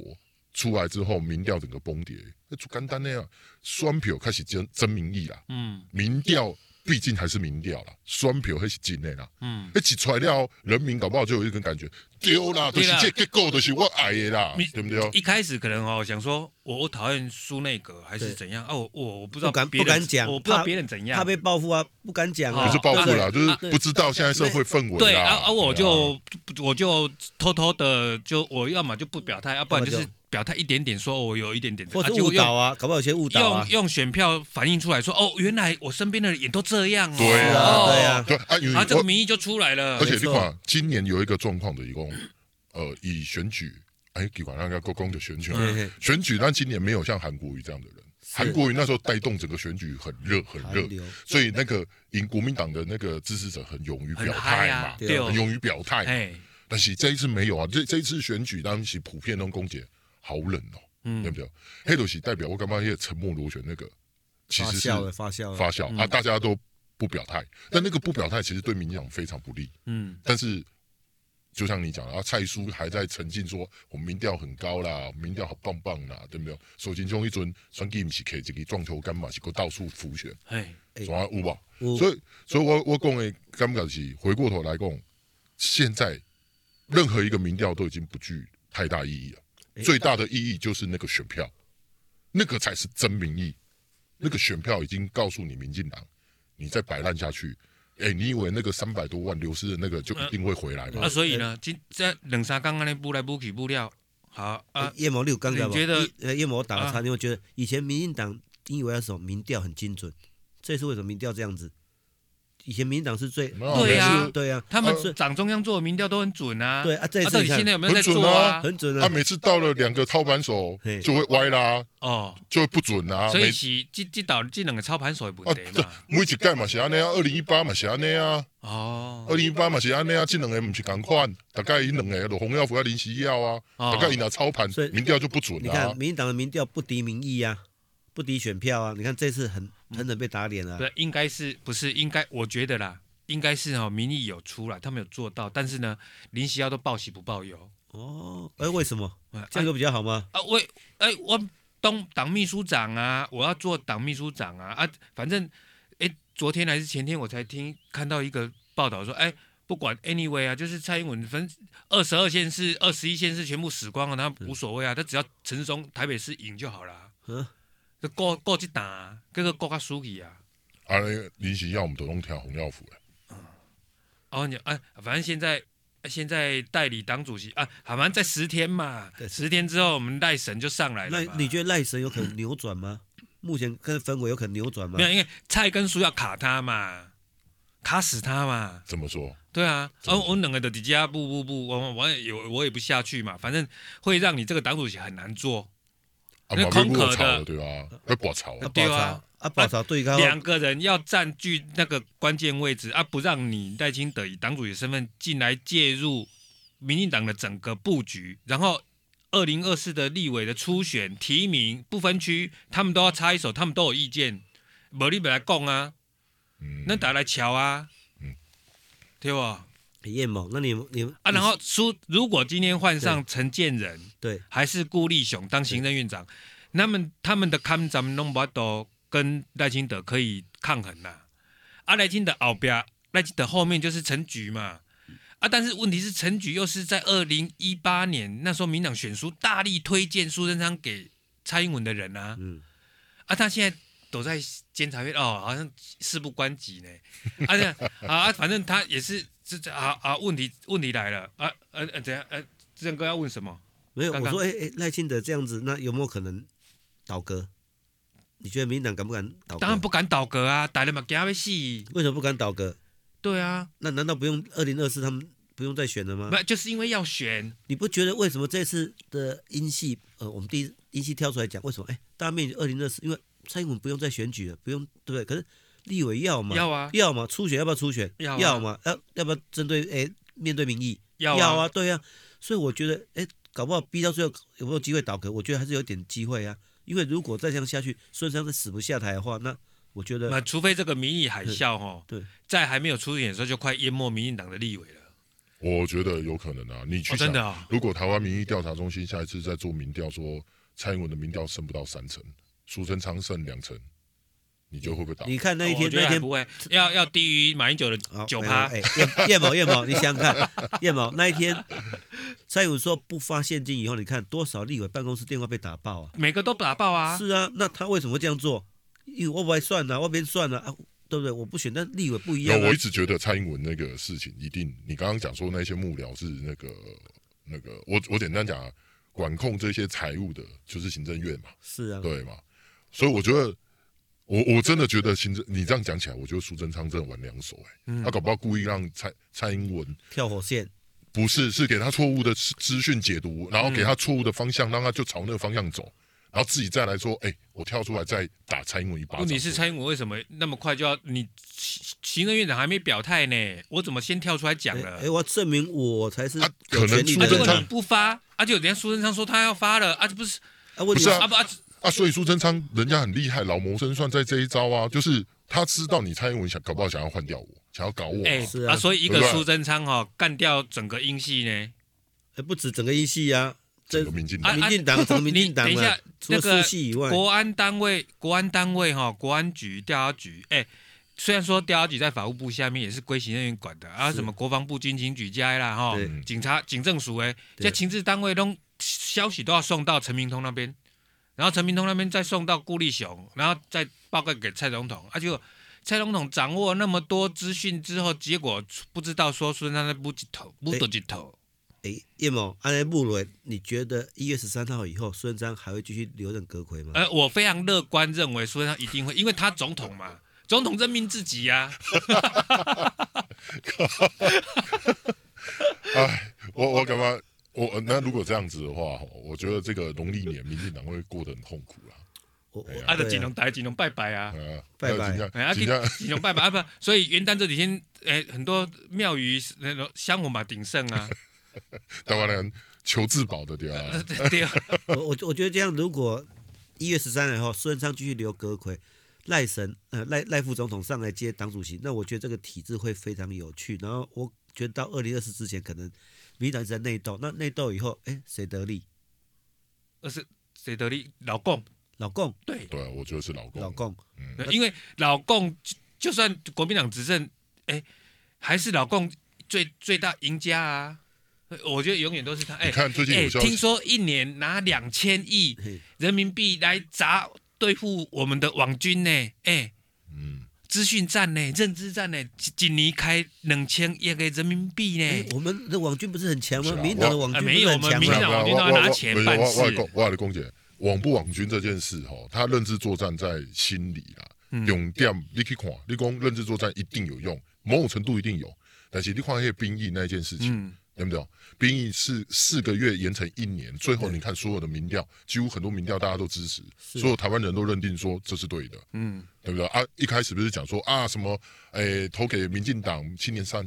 S3: 出来之后，民调整个崩跌，那就简单那样，双票开始争争民意啦，
S1: 嗯
S3: 民调毕竟还是民调啦，双票还是进内啦。
S1: 嗯，
S3: 一起出来了，人民搞不好就有一种感觉，丢啦，就
S1: 对
S3: 是
S1: 啦
S3: 这结果，就是我爱的啦，
S1: 你
S3: 对不对？
S1: 一开始可能哦想说我我讨厌输内阁还是
S2: 对
S1: 怎样啊，我我我不知道
S2: 不敢
S1: 别人
S2: 不敢讲
S1: 我不知道
S2: 怕
S1: 别人怎样
S2: 怕，被报复啊，不敢讲
S1: 哦
S3: 不
S2: 啊，
S3: 是报复啦，就是
S1: 啊
S3: 不知道现在社会氛围
S1: 对
S3: 啦。
S1: 啊啊，我
S3: 对
S1: 就我就偷偷的就我要么就不表态，啊要不然就是表态一点点，说我有一点点，
S2: 或
S1: 啊
S2: 者
S1: 结果
S2: 误
S1: 用
S2: 导啊，搞不好有些误导啊
S1: 用，用选票反映出来说，哦，原来我身边的人也都这样哦，
S3: 对啊
S1: 哦
S2: 对啊
S3: 对啊，因
S1: 啊，
S3: 为
S1: 这个
S3: 我
S1: 民意就出来了
S3: 而，且
S2: 没
S3: 你
S2: 错
S3: 看，今年有一个状况的，一共呃，以选举，哎，给管那个国公的选举啊
S1: 嗯，
S3: 选举，但今年没有像韩国瑜这样的人。韩国瑜那时候带动整个选举很热很
S2: 韩
S3: 热，
S2: 流，
S3: 所以那个赢国民党的那个支持者很勇于
S1: 很
S3: 表
S1: 嗨
S3: 态
S1: 啊，
S3: 嘛，
S1: 对
S2: 对
S1: 哦
S3: 很，勇于表态嘛
S1: 哎，
S3: 但是这一次没有啊，这这一次选举当时普遍都攻击好冷哦，对
S1: 嗯
S3: 不对？黑头是代表我感觉那个沉默螺旋那个其
S2: 发
S3: 实是
S2: 酵了，发酵了，
S3: 发酵
S1: 嗯
S3: 啊，大家都不表态，但那个不表态其实对民进党非常不利。
S1: 嗯
S3: 但是就像你讲的啊，蔡叔还在沉浸说，我民调很高啦，民调好棒棒啦，对不对？手金兄一尊双 game 是 K 这个撞球杆嘛，是个到处浮选，
S1: 哎，
S2: 哎
S3: 怎啊有吧？
S2: 我
S3: 所以，所以我我讲的感觉是，回过头来讲，现在任何一个民调都已经不具太大意义了。
S2: 诶
S3: 最大的意义就是那个选票，那个才是真民意。那个选票已经告诉你，民进党，你再摆烂下去，哎、你以为那个三百多万流失的那个就一定会回来吗？
S1: 啊，所以呢，今这冷沙刚刚那步来步去步料，好啊，
S2: 叶某六刚才
S1: 你觉得
S2: 呃叶某打了
S1: 啊
S2: 叉，你会觉得以前民进党因为要什么民调很精准，这次为什么民调这样子？以前民进党是最
S3: 没有
S1: 对啊
S2: 是对啊，
S1: 他们
S3: 呃
S1: 党中央做的民调都很准啊，
S2: 对啊，这一
S1: 啊，
S2: 次
S1: 到
S2: 你
S1: 底
S2: 看
S1: 现在有没有在
S3: 很准
S1: 做
S3: 啊
S1: 啊？
S2: 很准
S3: 啊，
S2: 啊，
S3: 每次到了两个操盘手
S2: 嘿
S3: 就会歪啦，
S1: 哦，
S3: 就会不准啦、啊。
S1: 所
S3: 每
S1: 以是这这导这两个操盘手也不
S3: 啊，
S1: 对
S3: 这
S1: 嘛，
S3: 每一届嘛是安尼啊，二零一八嘛是安尼啊。
S1: 哦
S3: 二，零一八嘛是安尼啊，这两个毋是共款，大概伊两个就洪耀福啊、林夕耀啊，
S1: 哦
S3: 大概伊若操盘
S2: 所以，
S3: 民调就不准
S2: 你
S3: 啊
S2: 看。民进党的民调不敌民意啊，不敌选票啊，你看这次很狠狠被打脸了、啊，
S1: 对，应该是不是应该？我觉得啦，应该是哦，民意有出来，他们有做到，但是呢，林夕耀都报喜不报忧。
S2: 哦，哎、为什么
S1: 啊
S2: 这样就比较好吗？
S1: 啊，我哎、我当党秘书长啊，我要做党秘书长啊啊，反正哎、昨天还是前天我才听看到一个报道说，哎、不管 anyway 啊，就是蔡英文分二十二县市、二十一县市全部死光了，他无所谓啊，他只要陈时中台北市赢就好了，
S2: 嗯、
S1: 就过过去打、啊，各个国家输去啊。
S3: 啊，林夕耀我们都拢听洪耀福的，
S1: 哦，你哎、反正现在现在代理党主席啊，好，反正在十天嘛，
S2: 对
S1: 十天之后我们赖神就上哎来了
S2: 那
S1: 嘛。
S2: 你觉得赖神有可能扭转吗？目前跟氛围有可能扭转吗啊
S1: 没？有，因为蔡跟苏要卡他嘛，卡死他嘛。
S3: 怎么说？
S1: 对啊，
S3: 怎
S1: 而、
S3: 么
S1: 我们两个的底下啊不不不，我我也有我也不下去嘛，反正会让你这个党主席很难做。
S3: 啊，
S1: 那
S3: 马
S1: 空
S3: 被
S1: 壳
S3: 我吵
S1: 的
S3: 了，对啊，被我吵
S2: 啊，
S3: 了。
S1: 对
S2: 宝
S1: 啊
S2: 潮啊，宝潮对高
S1: 两个人要占据那个关键位置啊，不让你戴清德以党主席身份进来介入民进党的整个布局，然后二零二四的立委的初选、提名、不分区，他们都要插一手，他们都有意见，无你本来讲啊，
S3: 嗯，
S1: 那打来瞧啊，
S3: 嗯
S1: 对不？
S2: 叶某，那你你
S1: 啊，然后苏如果今天换上陈建仁
S2: 对
S1: 还是顾立雄当行政院长，那么他们的看咱们弄不到跟赖清德可以抗衡呐、啊。赖清德后边，赖清德后面就是陈菊嘛。啊，但是问题是陈菊又是在二零一八年那时候民党选书大力推荐苏贞昌给蔡英文的人啊。
S2: 嗯
S1: 啊，他现在躲在监察院哦，好像事不关己呢。 啊，这样啊啊，反正他也是这这啊啊，问题问题来了啊呃呃，怎样呃，郑哥要问什么？
S2: 没有，
S1: 刚
S2: 我
S1: 刚
S2: 说哎哎赖清德这样子，那有没有可能倒戈？你觉得民进党敢不敢倒戈？
S1: 当然不敢倒戈啊，打了嘛，给他们死。
S2: 为什么不敢倒戈？
S1: 对啊，
S2: 那难道不用二零二四他们不用再选了吗
S1: 不、？就是因为要选，
S2: 你不觉得为什么这次的英系呃，我们第一英系挑出来讲，为什么？哎，大面积二零二四，因为蔡英文不用再选举了，不用对不对？可是立委要嘛，
S1: 要啊
S2: 要嘛，初选要不要初选？
S1: 要啊
S2: 嘛，要要不要针对哎面对民意？
S1: 要啊
S2: 对啊。所以我觉得哎，搞不好逼到最后有没有机会倒戈？我觉得还是有点机会啊，因为如果再这样下去，孙中山死不下台的话，那我觉
S1: 那
S2: 得
S1: 除非这个民意海啸哦，
S2: 对
S1: 在还没有出现的时候就快淹没民进党的立委了。
S3: 我觉得有可能啊，你去
S1: 哦，
S3: 想，
S1: 真的啊、
S3: 如果台湾民意调查中心下一次再做民调，说蔡英文的民调剩不到三成，苏贞昌剩两成，你觉得会不会打？
S2: 你看那一
S1: 哦我
S2: 天
S1: 觉得
S2: 那
S1: 还
S2: 天
S1: 不会，要要低于马英九的
S2: 好
S1: 九
S2: 没有
S1: 趴。
S2: 哎，叶叶某叶某，你想想看， 叶某那一天，蔡英文说不发现金以后，你看多少立委办公室电话被打爆啊！
S1: 每个都打爆啊！
S2: 是啊，那他为什么会这样做？因为我不会算了、啊，我边算了啊对不对？我不选，但立委不一样、
S3: 然后
S2: 啊
S3: 我一。直觉得蔡英文那个事情一定，你刚刚讲说那些幕僚是那个那个，我我简单讲、啊，管控这些财务的就是行政院嘛，
S1: 嗯
S2: 是啊，
S3: 对嘛？所以我觉得，我我真的觉得行政，你这样讲起来，我觉得苏贞昌真的玩两手哎、
S1: 嗯
S3: 他搞不好故意让蔡蔡英文
S2: 跳火线，
S3: 不是，是给他错误的资资讯解读，然后
S1: 嗯
S3: 给他错误的方向，让他就朝那个方向走，然后自己再来说，哎、我跳出来再打蔡英文一巴掌。
S1: 问题是蔡英文为什么那么快就要你行行政院长还没表态呢？我怎么先跳出来讲
S2: 哎、
S1: 了？
S2: 哎我要证明我才是
S3: 啊
S2: 有权利
S3: 可
S1: 啊，结
S2: 的
S3: 能苏贞
S1: 果
S2: 人
S3: 昌
S1: 你不发，啊，就人家苏贞昌说他要发了，啊，这不是
S2: 啊，问题
S3: 不是
S1: 啊不啊，
S3: 啊，所以苏贞昌人家很厉害，老谋深算在这一招啊，就是他知道你蔡英文想搞不好想要换掉我，想要搞我嘛、
S1: 哎
S2: 是啊
S1: 啊，所以一个
S3: 对不对
S1: 苏贞昌哈干掉整个英系呢。呃
S2: 哎不止整个一系啊，
S3: 整
S2: 这
S3: 个民进
S1: 啊
S3: 党。
S2: 民进党整个民进党
S1: 你等 一
S2: 啊
S1: 下，
S2: 除了
S1: 那个
S2: 苏系以外，
S1: 国安单位，国安单位哈，国安局、调查局，哎、虽然说调查局在法务部下面也是归行政院管的，啊，
S2: 是
S1: 什么国防部、军情局加啦哈
S2: 对，
S1: 警察、警政署哎，
S2: 对
S1: 这情治单位都消息都要送到陈明通那边，然后陈明通那边再送到顾立雄，然后再报告给蔡总统，啊就。蔡总统掌握那么多资讯之后，结果不知道说孙中山在不几头，不几头，
S2: 哎，叶某，安内布伦，你觉得一月十三号以后，孙中山还会继续留任阁魁吗？
S1: 呃，我非常乐观认为说他一定会，因为他总统 嘛，总统任命自己呀、
S3: 哎，我我干嘛？我那如果这样子的话，我觉得这个农历年民进党会过得很痛苦啦。
S2: 我我
S3: 哎呀
S1: 啊，就
S2: 对
S1: 锦龙台，锦龙拜拜啊，
S3: 啊，
S2: 拜拜
S1: 哎啊，
S3: 请
S1: 锦
S3: 假
S1: 锦龙拜拜啊，不，所以元旦这几天，哎，很多庙宇那种香火嘛鼎盛啊， 呃
S3: 台湾人求自保的对啊吧？
S1: 对对，
S2: 我我我觉得这样，如果一月十三以后，苏贞昌继续留阁魁，赖神呃赖赖副总统上来接党主席，那我觉得这个体制会非常有趣。然后我觉得到二零二四之前，可能民进党一直在内斗，那内斗以后，哎，谁得利？
S1: 而呃是谁得利？老共，
S2: 老共，
S1: 对，
S3: 对，啊我觉得是老
S1: 哦
S3: 公。
S2: 老共，
S3: 嗯
S1: 因为老共就就算国民党执政，哎，还是老共最最大赢家啊，我觉得永远都是他，
S3: 你
S1: 哎。
S3: 看最近
S1: 哎，
S3: 有消息
S1: 听，说一年拿两千亿
S2: 嘿
S1: 人民币来砸对付我们的网军呢？哎、
S3: 嗯，
S1: 资讯战呢，认知战呢，今年开两千亿个人民币
S2: 哎
S1: 呢，，
S2: 我们的网军不是很强吗
S3: 是？啊
S2: 民进党的网
S1: 啊
S2: 军不
S1: 没
S2: 是
S1: 有
S2: 很
S1: 我们
S2: 强
S1: 民进
S2: 吗？
S1: 党
S3: 我
S1: 网军都要拿钱办事
S3: 我我我的公姐，网不网军这件事哈，他认知作战在心里啦。
S1: 嗯
S3: 用点你去看，你讲认知作战一定有用，某种程度一定有。但是你看那些兵役那件事情，
S1: 嗯，
S3: 对不对？兵役是四个月延成一年，最后你看所有的民调，几乎很多民调大家都支持，所有台湾人都认定说这是对的，
S1: 嗯，
S3: 对不对？啊，一开始不是讲说啊什么，诶，投给民进党青年上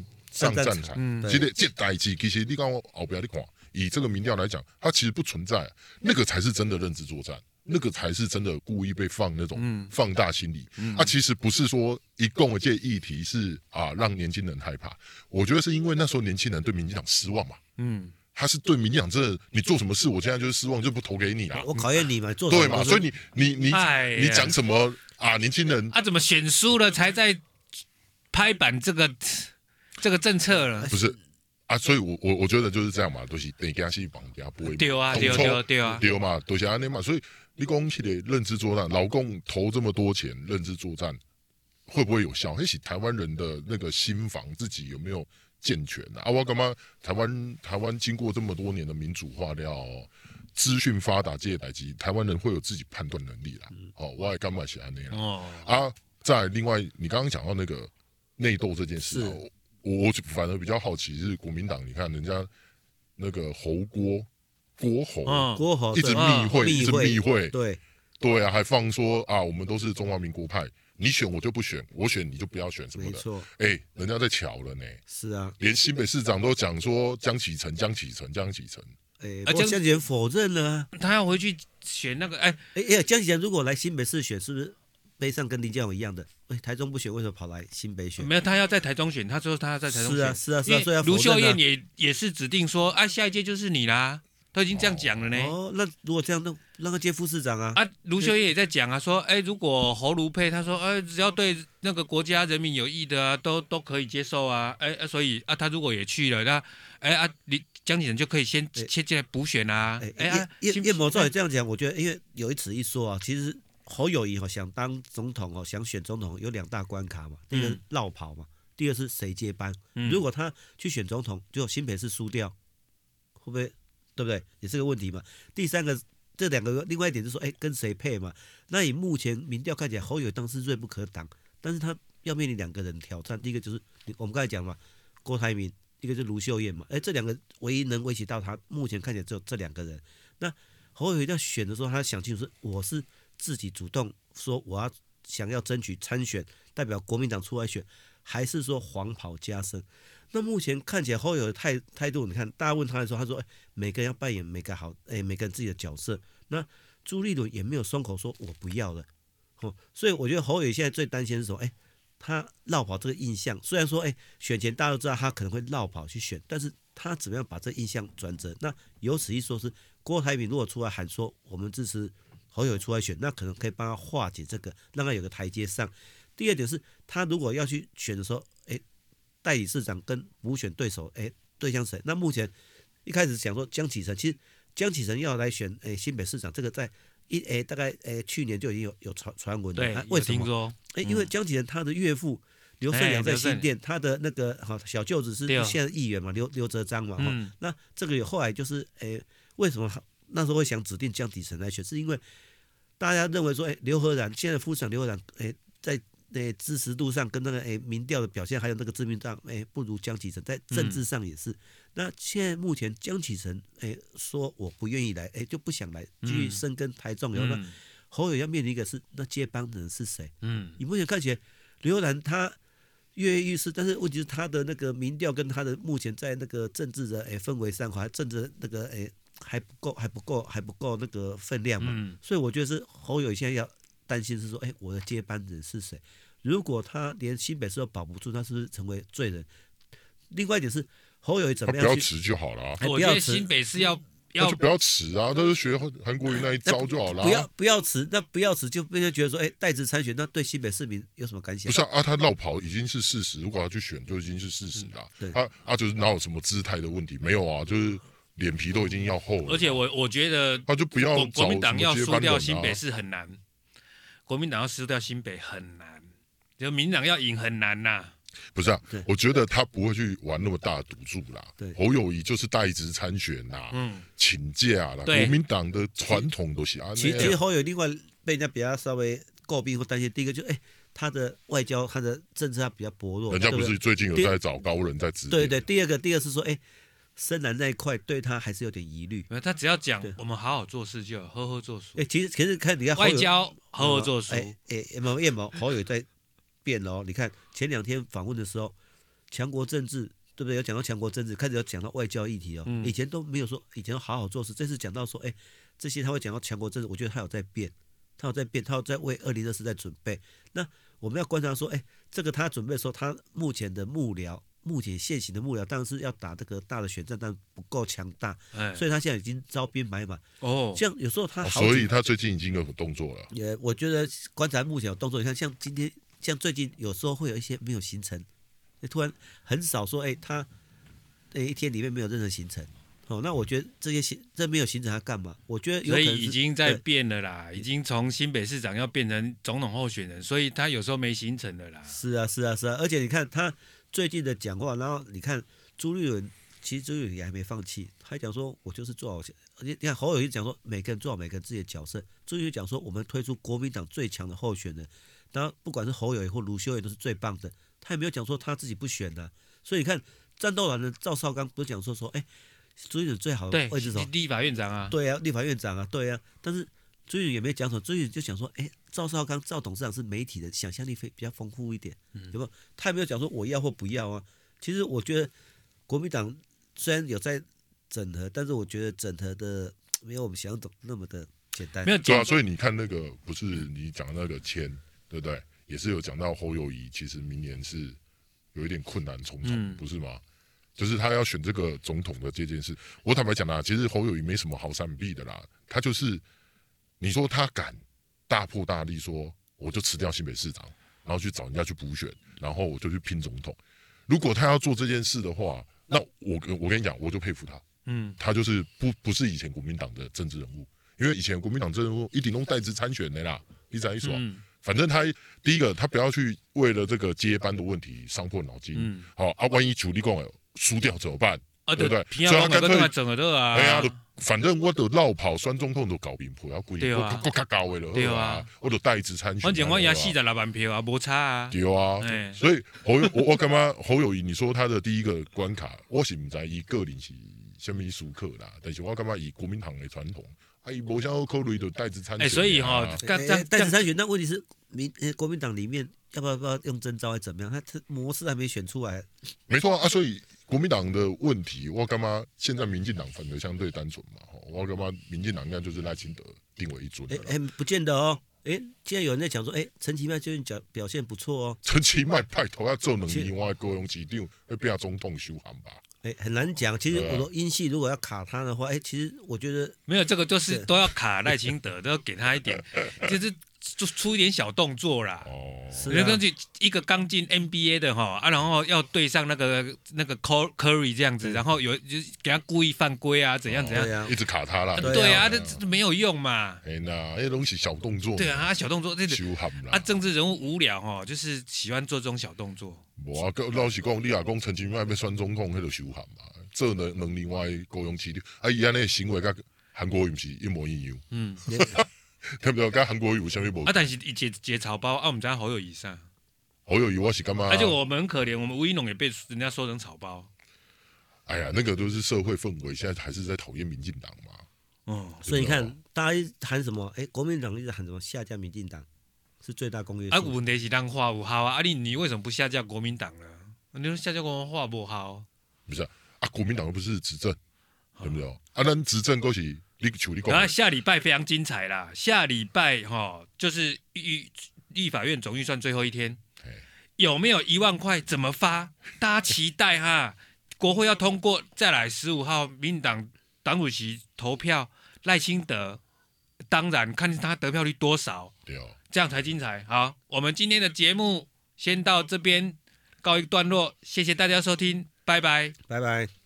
S2: 上
S3: 上
S2: 战
S3: 战
S2: 场
S3: 场，
S1: 嗯
S3: 这个这代志其哦啊
S1: 嗯
S3: 实你讲我后边你看，以这个民调来讲，它其实不存在，那个才是真的认知作战。那个才是真的故意被放那种
S1: 嗯
S3: 放大心理。啊，其实不是说一共这议题是啊让年轻人害怕，我觉得是因为那时候年轻人对民进党失望嘛，
S1: 嗯，
S3: 他是对民进党真的你做什么事，我现在就是失望，就不投给你啦，
S2: 我考验你嘛，做什么
S3: 对嘛？
S2: 我说
S3: 所以你你你
S1: 哎呀
S3: 你讲什么啊？年轻人
S1: 啊，怎么选输了才在拍板这个这个政策了？
S3: 不是啊，所以我我我觉得就是这样嘛，都、就是等给他去绑架不会
S1: 对啊
S3: 统
S1: 对啊
S3: 筹
S1: 对啊对啊
S3: 对嘛，都、就是安尼嘛，所以你讲起的认知作战，老共投这么多钱认知作战会不会有效？那是台湾人的那个心房自己有没有健全啊？啊我干嘛台湾台湾经过这么多年的民主化了。资讯发达这些代际，台湾人会有自己判断能力啦。
S1: 嗯
S3: 哦，我也干嘛写安
S2: 哎
S3: 尼啦。
S1: 哦，
S3: 啊，在另外，你刚刚讲到那个内斗这件事啊，
S2: 是
S3: 我我反而比较好奇是国民党，你看人家那个侯郭郭侯、
S1: 嗯，
S2: 郭好
S3: 一直
S1: 啊
S3: 密会，一
S2: 哦密
S3: 直
S2: 会
S3: 密会，
S2: 对
S3: 对啊，还放说啊，我们都是中华民国派，你选我就不选，我选你就不要选什么
S2: 没
S3: 的。
S2: 错
S3: 哎，人家在巧了呢，
S2: 是啊，
S3: 连新北市长都讲说江启臣、江启臣、江启臣，
S2: 哎，
S1: 啊
S2: 不过
S1: 江
S2: 江启贤否认了啊，
S1: 他要回去选那个，哎，
S2: 哎哎，江启贤如果来新北市选，是不是悲上跟林建伟一样的？哎，台中不选，为什么跑来新北选？
S1: 没有，他要在台中选，他说他要在台中选，
S2: 是啊是啊是
S1: 因
S2: 啊，
S1: 为
S2: 所以要否
S1: 卢秀
S2: 认
S1: 燕
S2: 啊。
S1: 也也是指定说，啊，下一届就是你啦，都已经这样讲了呢。
S2: 哦，那如果这样，那让他接副市长啊，
S1: 啊，卢秀燕也在讲啊，说，哎，如果侯卢配，他说，哎，只要对那个国家人民有益的啊，都都可以接受啊，哎，啊所以啊，他如果也去了，那，哎啊，你江启臣就可以先
S2: 哎
S1: 先进来补选啊，哎
S2: 哎
S1: 啊，，
S2: 叶叶
S1: 新
S2: 叶某照也这样讲，我觉得因为有一此一说啊，其实侯友谊哈、想当总统哦，想选总统有两大关卡嘛，第一个是
S1: 嗯
S2: 绕跑嘛，第二是谁接班。
S1: 嗯
S2: 如果他去选总统，就新北市输掉，会不会对不对？也是个问题嘛。第三个这两个另外一点就是说，哎，跟谁配嘛？那以目前民调看起来，侯友谊当是锐不可挡，但是他要面临两个人挑战，第一个就是你我们刚才讲嘛，郭台铭，一个就是卢秀燕嘛，哎，这两个唯一能威胁到他，目前看起来只有这两个人。那侯友谊在选的时候，他想清楚是我是自己主动说我要想要争取参选，代表国民党出来选，还是说黄袍加身？那目前看起来侯友的态态度，你看大家问他的时候，他说：“哎，每个人要扮演每个好，哎，每个人自己的角色。”那朱立伦也没有松口说“我不要了”，哦，所以我觉得侯友现在最担心是什么？哎，他绕跑这个印象，虽然说哎选前大家都知道他可能会绕跑去选，但是他怎么样把这印象转折？那有此一说是郭台铭如果出来喊说我们支持侯友宜出来选，那可能可以帮他化解这个，让他有个台阶上。第二点是他如果要去选的时候，哎，代理市长跟补选对手，哎，对象谁？那目前一开始想说江启臣，其实江启臣要来选哎新北市长，这个在一哎大概哎去年就已经有有传传闻
S1: 嗯
S2: 了，
S1: 对
S2: 啊，
S1: 有
S2: 为什
S1: 听
S2: 么？
S1: 说，
S2: 哎，因为江启臣他的岳父刘胜阳
S1: 嗯哎
S2: 在
S1: 刘胜
S2: 新店，他的那个哈小舅子是
S1: 对哦
S2: 现在议员嘛，刘刘哲章嘛哈。
S1: 嗯
S2: 那这个也后来就是，哎，为什么那时候会想指定江启臣来选？是因为大家认为说，哎，刘和然现在副市长刘和然，哎，在那支持度上跟那个哎民调的表现，还有那个知名度上，哎，不如江启臣，在
S1: 嗯
S2: 政治上也是。那现在目前江启臣，哎，说我不愿意来，哎，就不想来，继续
S1: 嗯
S2: 深耕台中有、那
S1: 嗯
S2: 侯友宜要面临一个是，那接班人是谁？
S1: 嗯，
S2: 你目前看起来，刘兰她跃跃欲试，但是问题是她的那个民调跟她的目前在那个政治的诶氛围上，还政治的那个诶还不够，还不够，还不够那个分量嘛。
S1: 嗯
S2: 所以我觉得是侯友宜现在要担心是说，哎，我的接班人是谁？如果他连新北市都保不住，他是不是成为罪人？另外一点是侯友宜怎
S3: 他
S2: 么
S3: 不要
S2: 样去？
S3: 迟就好了、啊，
S2: 哎
S1: 我
S2: 不
S1: 觉
S2: 要
S1: 得
S2: 吃嗯
S1: 新北市要
S3: 那
S1: 要
S3: 就不要迟啊，他就学韩国瑜那一招就好了、啊
S2: 不要不要辞，那不要辞就被人觉得说，哎，代职参选，那对新北市民有什么感想
S3: 不？是啊，啊他绕跑已经是事实，如果他去选就已经是事实了。
S2: 嗯对
S3: 啊啊，就是哪有什么姿态的问题？没有啊，就是脸皮都已经要厚了。
S1: 而且我我觉得
S3: 他就不要
S1: 国
S3: 找
S1: 国民党
S3: 什么
S1: 要
S3: 接
S1: 输
S3: 班人
S1: 掉
S3: 啊
S1: 新北市很难，国民党要输掉新北很难，就民进党要赢很难呐、
S3: 不是啊
S2: 对？
S3: 我觉得他不会去玩那么大赌注啦
S2: 对。
S3: 侯友谊就是代职参选啦，
S1: 嗯，
S3: 请假啦。
S1: 对
S3: 国民党的传统都是啊，
S2: 其
S3: 那
S2: 其实
S3: 样
S2: 侯友另外被人家比较稍微诟病或担心，第一个就是哎、他的外交他的政策他比较薄弱，
S3: 人家
S2: 对
S3: 不
S2: 对
S3: 是最近有在找高人在指
S2: 对
S3: 点，
S2: 对，第二个第二是说哎、深蓝那一块对他还是有点疑虑。
S1: 没有他只要讲
S2: 对
S1: 我们好好做事就好呵呵做书
S2: 哎、，其实其实看你看侯
S1: 外
S2: 友
S1: 交好好做书，
S2: 哎哎，叶某叶某侯友在变了哦。你看前两天访问的时候，强国政治对不对？有讲到强国政治，开始有讲到外交议题哦。
S1: 嗯
S2: 以前都没有说，以前都好好做事，这次讲到说，哎，这些他会讲到强国政治，我觉得他有在变，他有在变，他有在为二零二四在准备。那我们要观察说，哎，这个他准备的时候，他目前的幕僚，目前现行的幕僚，当然是要打这个大的选战，但不够强大，
S1: 哎，
S2: 所以他现在已经招兵买马。
S1: 哦，
S2: 像有时候他
S3: 哦
S2: 好几
S3: 所以他最近已经有动作了。
S2: 也我觉得观察目前有动作，你看像今天，像最近有时候会有一些没有行程，那突然很少说，哎、他那、一天里面没有任何行程，哦，那我觉得这些行这没有行程他干嘛？我觉得
S1: 所
S2: 有可能
S1: 以已
S2: 是
S1: 经在
S2: 对
S1: 变了啦，已经从新北市长要变成总统候选人，所以他有时候没行程的啦。
S2: 是啊是啊是啊，而且你看他最近的讲话，然后你看朱立伦，其实朱立伦也还没放弃，他还讲说我就是做好，而且你看侯友谊讲说每个人做好每个人自己的角色，朱立伦讲说我们推出国民党最强的候选人，然后不管是侯友谊或卢修也都是最棒的，他也没有讲说他自己不选呐、所以你看战斗党的赵少刚不是讲说说，哎，朱立伦最好的
S1: 对，
S2: 位哦置是什么
S1: 立？立法院长啊，
S2: 对啊，立法院长啊，对啊，但是追远也没讲什么，追远就想说，哎，赵少康、赵董事长是媒体的想象力非比较丰富一点，
S1: 嗯
S2: 有没有？他也没有讲说我要或不要啊。其实我觉得国民党虽然有在整合，但是我觉得整合的没有我们想象中那么的简单。
S1: 没有
S3: 对
S1: 讲
S3: 啊，所以你看那个不是你讲那个签，对不对？也是有讲到侯友谊，其实明年是有一点困难重重，
S1: 嗯
S3: 不是吗？就是他要选这个总统的这件事，我坦白讲啊啦，其实侯友谊没什么好闪避的啦，他就是你说他敢大破大立说我就辞掉新北市长，然后去找人家去补选，然后我就去拼总统。如果他要做这件事的话，那我跟我跟你讲，我就佩服他。
S1: 嗯，
S3: 他就是不不是以前国民党的政治人物，因为以前国民党政治人物一顶都代职参选的啦，你怎一说？
S1: 嗯
S3: 反正他第一个，他不要去为了这个接班的问题伤破脑筋。
S1: 嗯，
S3: 好、啊，万一主力共输掉怎么办？
S1: 啊
S3: 对不对
S1: 平
S3: 所以
S1: 遥跟
S3: 他干脆
S1: 都来整个的啊，
S3: 哎呀，就反正我都绕跑酸中痛都搞平谱，要故意
S1: 对
S3: 我
S1: 啊
S3: 我较高的了
S1: 对
S3: 好
S1: 啊
S3: 啊，我都代职参选。
S1: 反正我
S3: 好
S1: 赢
S3: 啊
S1: 四十六万票啊，无差啊，
S3: 对
S1: 哎
S3: 啊，所以侯友我我干嘛侯友谊？你说他的第一个关卡，我是唔知伊个人是什么熟客啦，但是我干嘛以国民党的传统，啊，伊无想考虑就代志参选啊。
S1: 哎所以吼
S2: 哎
S1: 干这样
S2: 哎
S1: 这
S2: 但
S1: 样
S2: 是参选，那问题是民呃国民党里面要不要要不要用征召还是怎么样？他他模式还没选出来，
S3: 没错啊，啊所以国民党的问题，我干嘛现在民进党反而相对单纯嘛？吼我干嘛民进党应该就是赖清德定为一尊的
S2: 哎
S3: 啦
S2: 哎，不见得哦。哎，既然有人在讲说，哎，陈其迈最近表表现不错哦，
S3: 陈其迈拜托要做两
S2: 其
S3: 年，我的高雄市长会变总统首喊吧？
S2: 哎，很难讲。其实
S3: 对啊
S2: 我说英系如果要卡他的话，哎，其实我觉得
S1: 没有这个就是
S2: 对
S1: 都要卡赖清德，都要给他一点，就是就出一点小动作啦。
S3: 哦，
S2: 是
S1: 人
S2: 啊
S1: 根据一个刚进 NBA 的哈啊，然后要对上那个那个 Cur- Curry 这样子，
S2: 对
S1: 然后有就是给他故意犯规啊，怎样怎样
S2: 对，啊
S3: 一，直卡他啦。
S2: 对啊
S1: 对啊，这这没有用嘛。
S3: 哎那那东西小动
S2: 哦
S3: 作嘛，
S1: 对啊，他小动作这种
S3: 首喊啦。
S1: 啊，政治人物无聊哈，就是喜欢做这种小动作。
S3: 无啊，老实讲，你若讲陈金迈要选总统，迄就受限嘛。做两两年外高雄市长，啊，伊安尼的行为甲韩国瑜毋是一模一样，
S1: 嗯，
S3: 对不对？甲韩国瑜有啥物无
S2: 哦
S1: 啊，？但是一解解草包啊，我们家好友以上，
S3: 侯友谊我是感觉，
S1: 而且啊我们很可怜，我们吴一农也被人家说成草包。
S3: 哎呀，那个都是社会氛围，现在还是在讨厌民进党嘛。
S1: 嗯，
S2: 所以你
S3: 对啊
S2: 看，大家一直喊什么？哎，国民党一直喊什么下架民进党是最大公约
S1: 啊，
S2: 数。
S1: 问题是咱话有好啊，啊你你为什么不下架国民党呢？你说下架国民党话不好，
S3: 不是啊，啊国民党又不是执政，对不对？啊，咱执政都是你像你讲
S1: 然后
S3: 的，
S1: 下礼拜非常精彩啦，下礼拜哈、就是预立法院总预算最后一天
S3: 哎，
S1: 有没有一万块？怎么发？大家期待哈，国会要通过，再来十五号民进党党主席投票，赖清德，当然看他得票率多少，
S3: 对哦，
S1: 这样才精彩。好，我们今天的节目先到这边告一段落，谢谢大家收听，拜拜。
S2: 拜拜。